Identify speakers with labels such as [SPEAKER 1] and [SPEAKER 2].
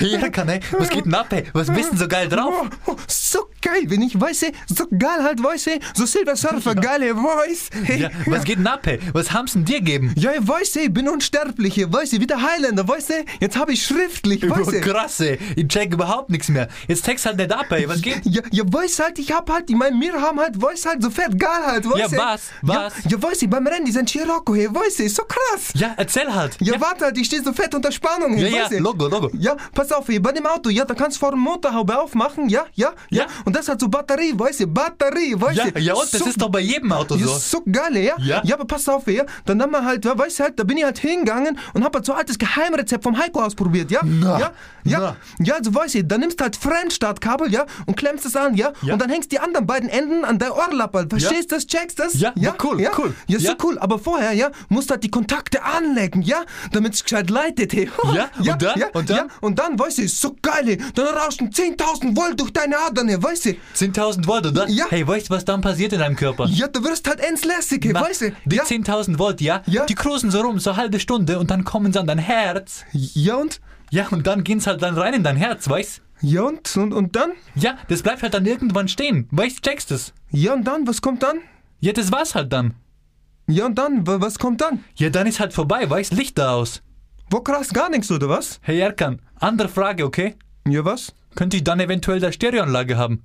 [SPEAKER 1] Jerka, ne? Was geht denn ab, ey? Was bist denn so geil drauf?
[SPEAKER 2] Oh, So geil, wenn ich weiß, ey. so geil halt weiß, ey. so Silver Surfer, geile Voice. Hey.
[SPEAKER 1] Ja, was geht denn ab, ey? Was haben's denn dir geben?
[SPEAKER 2] Ja, ich weiß, ich bin unsterblich, ich weiß, ich wie der Highlander, weißt du? Jetzt habe ich schriftlich, weißt du?
[SPEAKER 1] Oh, Krass, ey. Ich check überhaupt nichts mehr. Jetzt text halt nicht ab, ey. Was geht?
[SPEAKER 2] Ja, ja, weiß halt, ich hab halt, ich mein, wir haben halt, weiß halt, so fett geil halt, weißt du?
[SPEAKER 1] was? Was?
[SPEAKER 2] Ja, ja weiß ich, beim Rennen, die sind Chirocco, hey, weißt du, ist so krass.
[SPEAKER 1] Ja, erzähl halt.
[SPEAKER 2] Ja, warte halt, ich stehe so fett unter Spannung,
[SPEAKER 1] Ja,
[SPEAKER 2] hey,
[SPEAKER 1] ja,
[SPEAKER 2] weißt du?
[SPEAKER 1] Logo, Logo.
[SPEAKER 2] Ja, pass auf, hier bei dem Auto, ja, da kannst du vor dem Motorhaube aufmachen, ja, ja, ja,
[SPEAKER 1] Ja.
[SPEAKER 2] Und das hat so Batterie, weißt du, Batterie, weißt
[SPEAKER 1] Ja,
[SPEAKER 2] du.
[SPEAKER 1] ja, und das
[SPEAKER 2] so,
[SPEAKER 1] ist doch bei jedem Auto
[SPEAKER 2] ja,
[SPEAKER 1] so.
[SPEAKER 2] so geil, ja?
[SPEAKER 1] Ja.
[SPEAKER 2] aber pass auf, ja. Dann haben wir halt, ja, weißt du halt, da bin ich halt hingegangen und hab halt so altes Geheimrezept vom Heiko ausprobiert, ja?
[SPEAKER 1] Na,
[SPEAKER 2] ja, ja.
[SPEAKER 1] na.
[SPEAKER 2] Ja, also weißt du, dann nimmst du halt Fremdstartkabel, ja, und klemmst es an, ja?
[SPEAKER 1] Ja.
[SPEAKER 2] Und dann hängst die anderen beiden Enden an dein Ohrlapp, halt. verstehst du das, checkst das?
[SPEAKER 1] Ja, cool,
[SPEAKER 2] ja?
[SPEAKER 1] cool.
[SPEAKER 2] Ja, so
[SPEAKER 1] Ja.
[SPEAKER 2] cool, aber vorher, ja, musst du halt die Kontakte anlegen, ja? Damit es gescheit leitet, hey.
[SPEAKER 1] Ja, und dann?
[SPEAKER 2] Ja,
[SPEAKER 1] Und dann?
[SPEAKER 2] Ja, und dann, weißt du, ist so geil, hey. dann rauschen 10.000 Volt durch deine Adern, hey, weißt du?
[SPEAKER 1] 10.000 Volt, oder?
[SPEAKER 2] Ja.
[SPEAKER 1] Hey, weißt du, was dann passiert in deinem Körper?
[SPEAKER 2] Ja, du wirst halt ends lässig, hey,
[SPEAKER 1] Na,
[SPEAKER 2] weißt du?
[SPEAKER 1] Die
[SPEAKER 2] ja.
[SPEAKER 1] 10.000 Volt, ja?
[SPEAKER 2] Ja.
[SPEAKER 1] Die cruisen so rum, so halbe Stunde und dann kommen sie an dein Herz.
[SPEAKER 2] ja, und?
[SPEAKER 1] Ja, und dann gehen's halt dann rein in dein Herz, weißt
[SPEAKER 2] Ja und, und, und dann?
[SPEAKER 1] Ja, das bleibt halt dann irgendwann stehen. Weißt checkst es.
[SPEAKER 2] Ja und dann, was kommt dann?
[SPEAKER 1] Ja, das war's halt dann.
[SPEAKER 2] Ja und dann, wa- was kommt dann?
[SPEAKER 1] Ja, dann ist halt vorbei, weißt Licht da aus.
[SPEAKER 2] Wo krass gar nichts, oder was?
[SPEAKER 1] Hey Erkan, andere Frage, okay?
[SPEAKER 2] Ja was?
[SPEAKER 1] Könnte ich dann eventuell da Stereoanlage haben?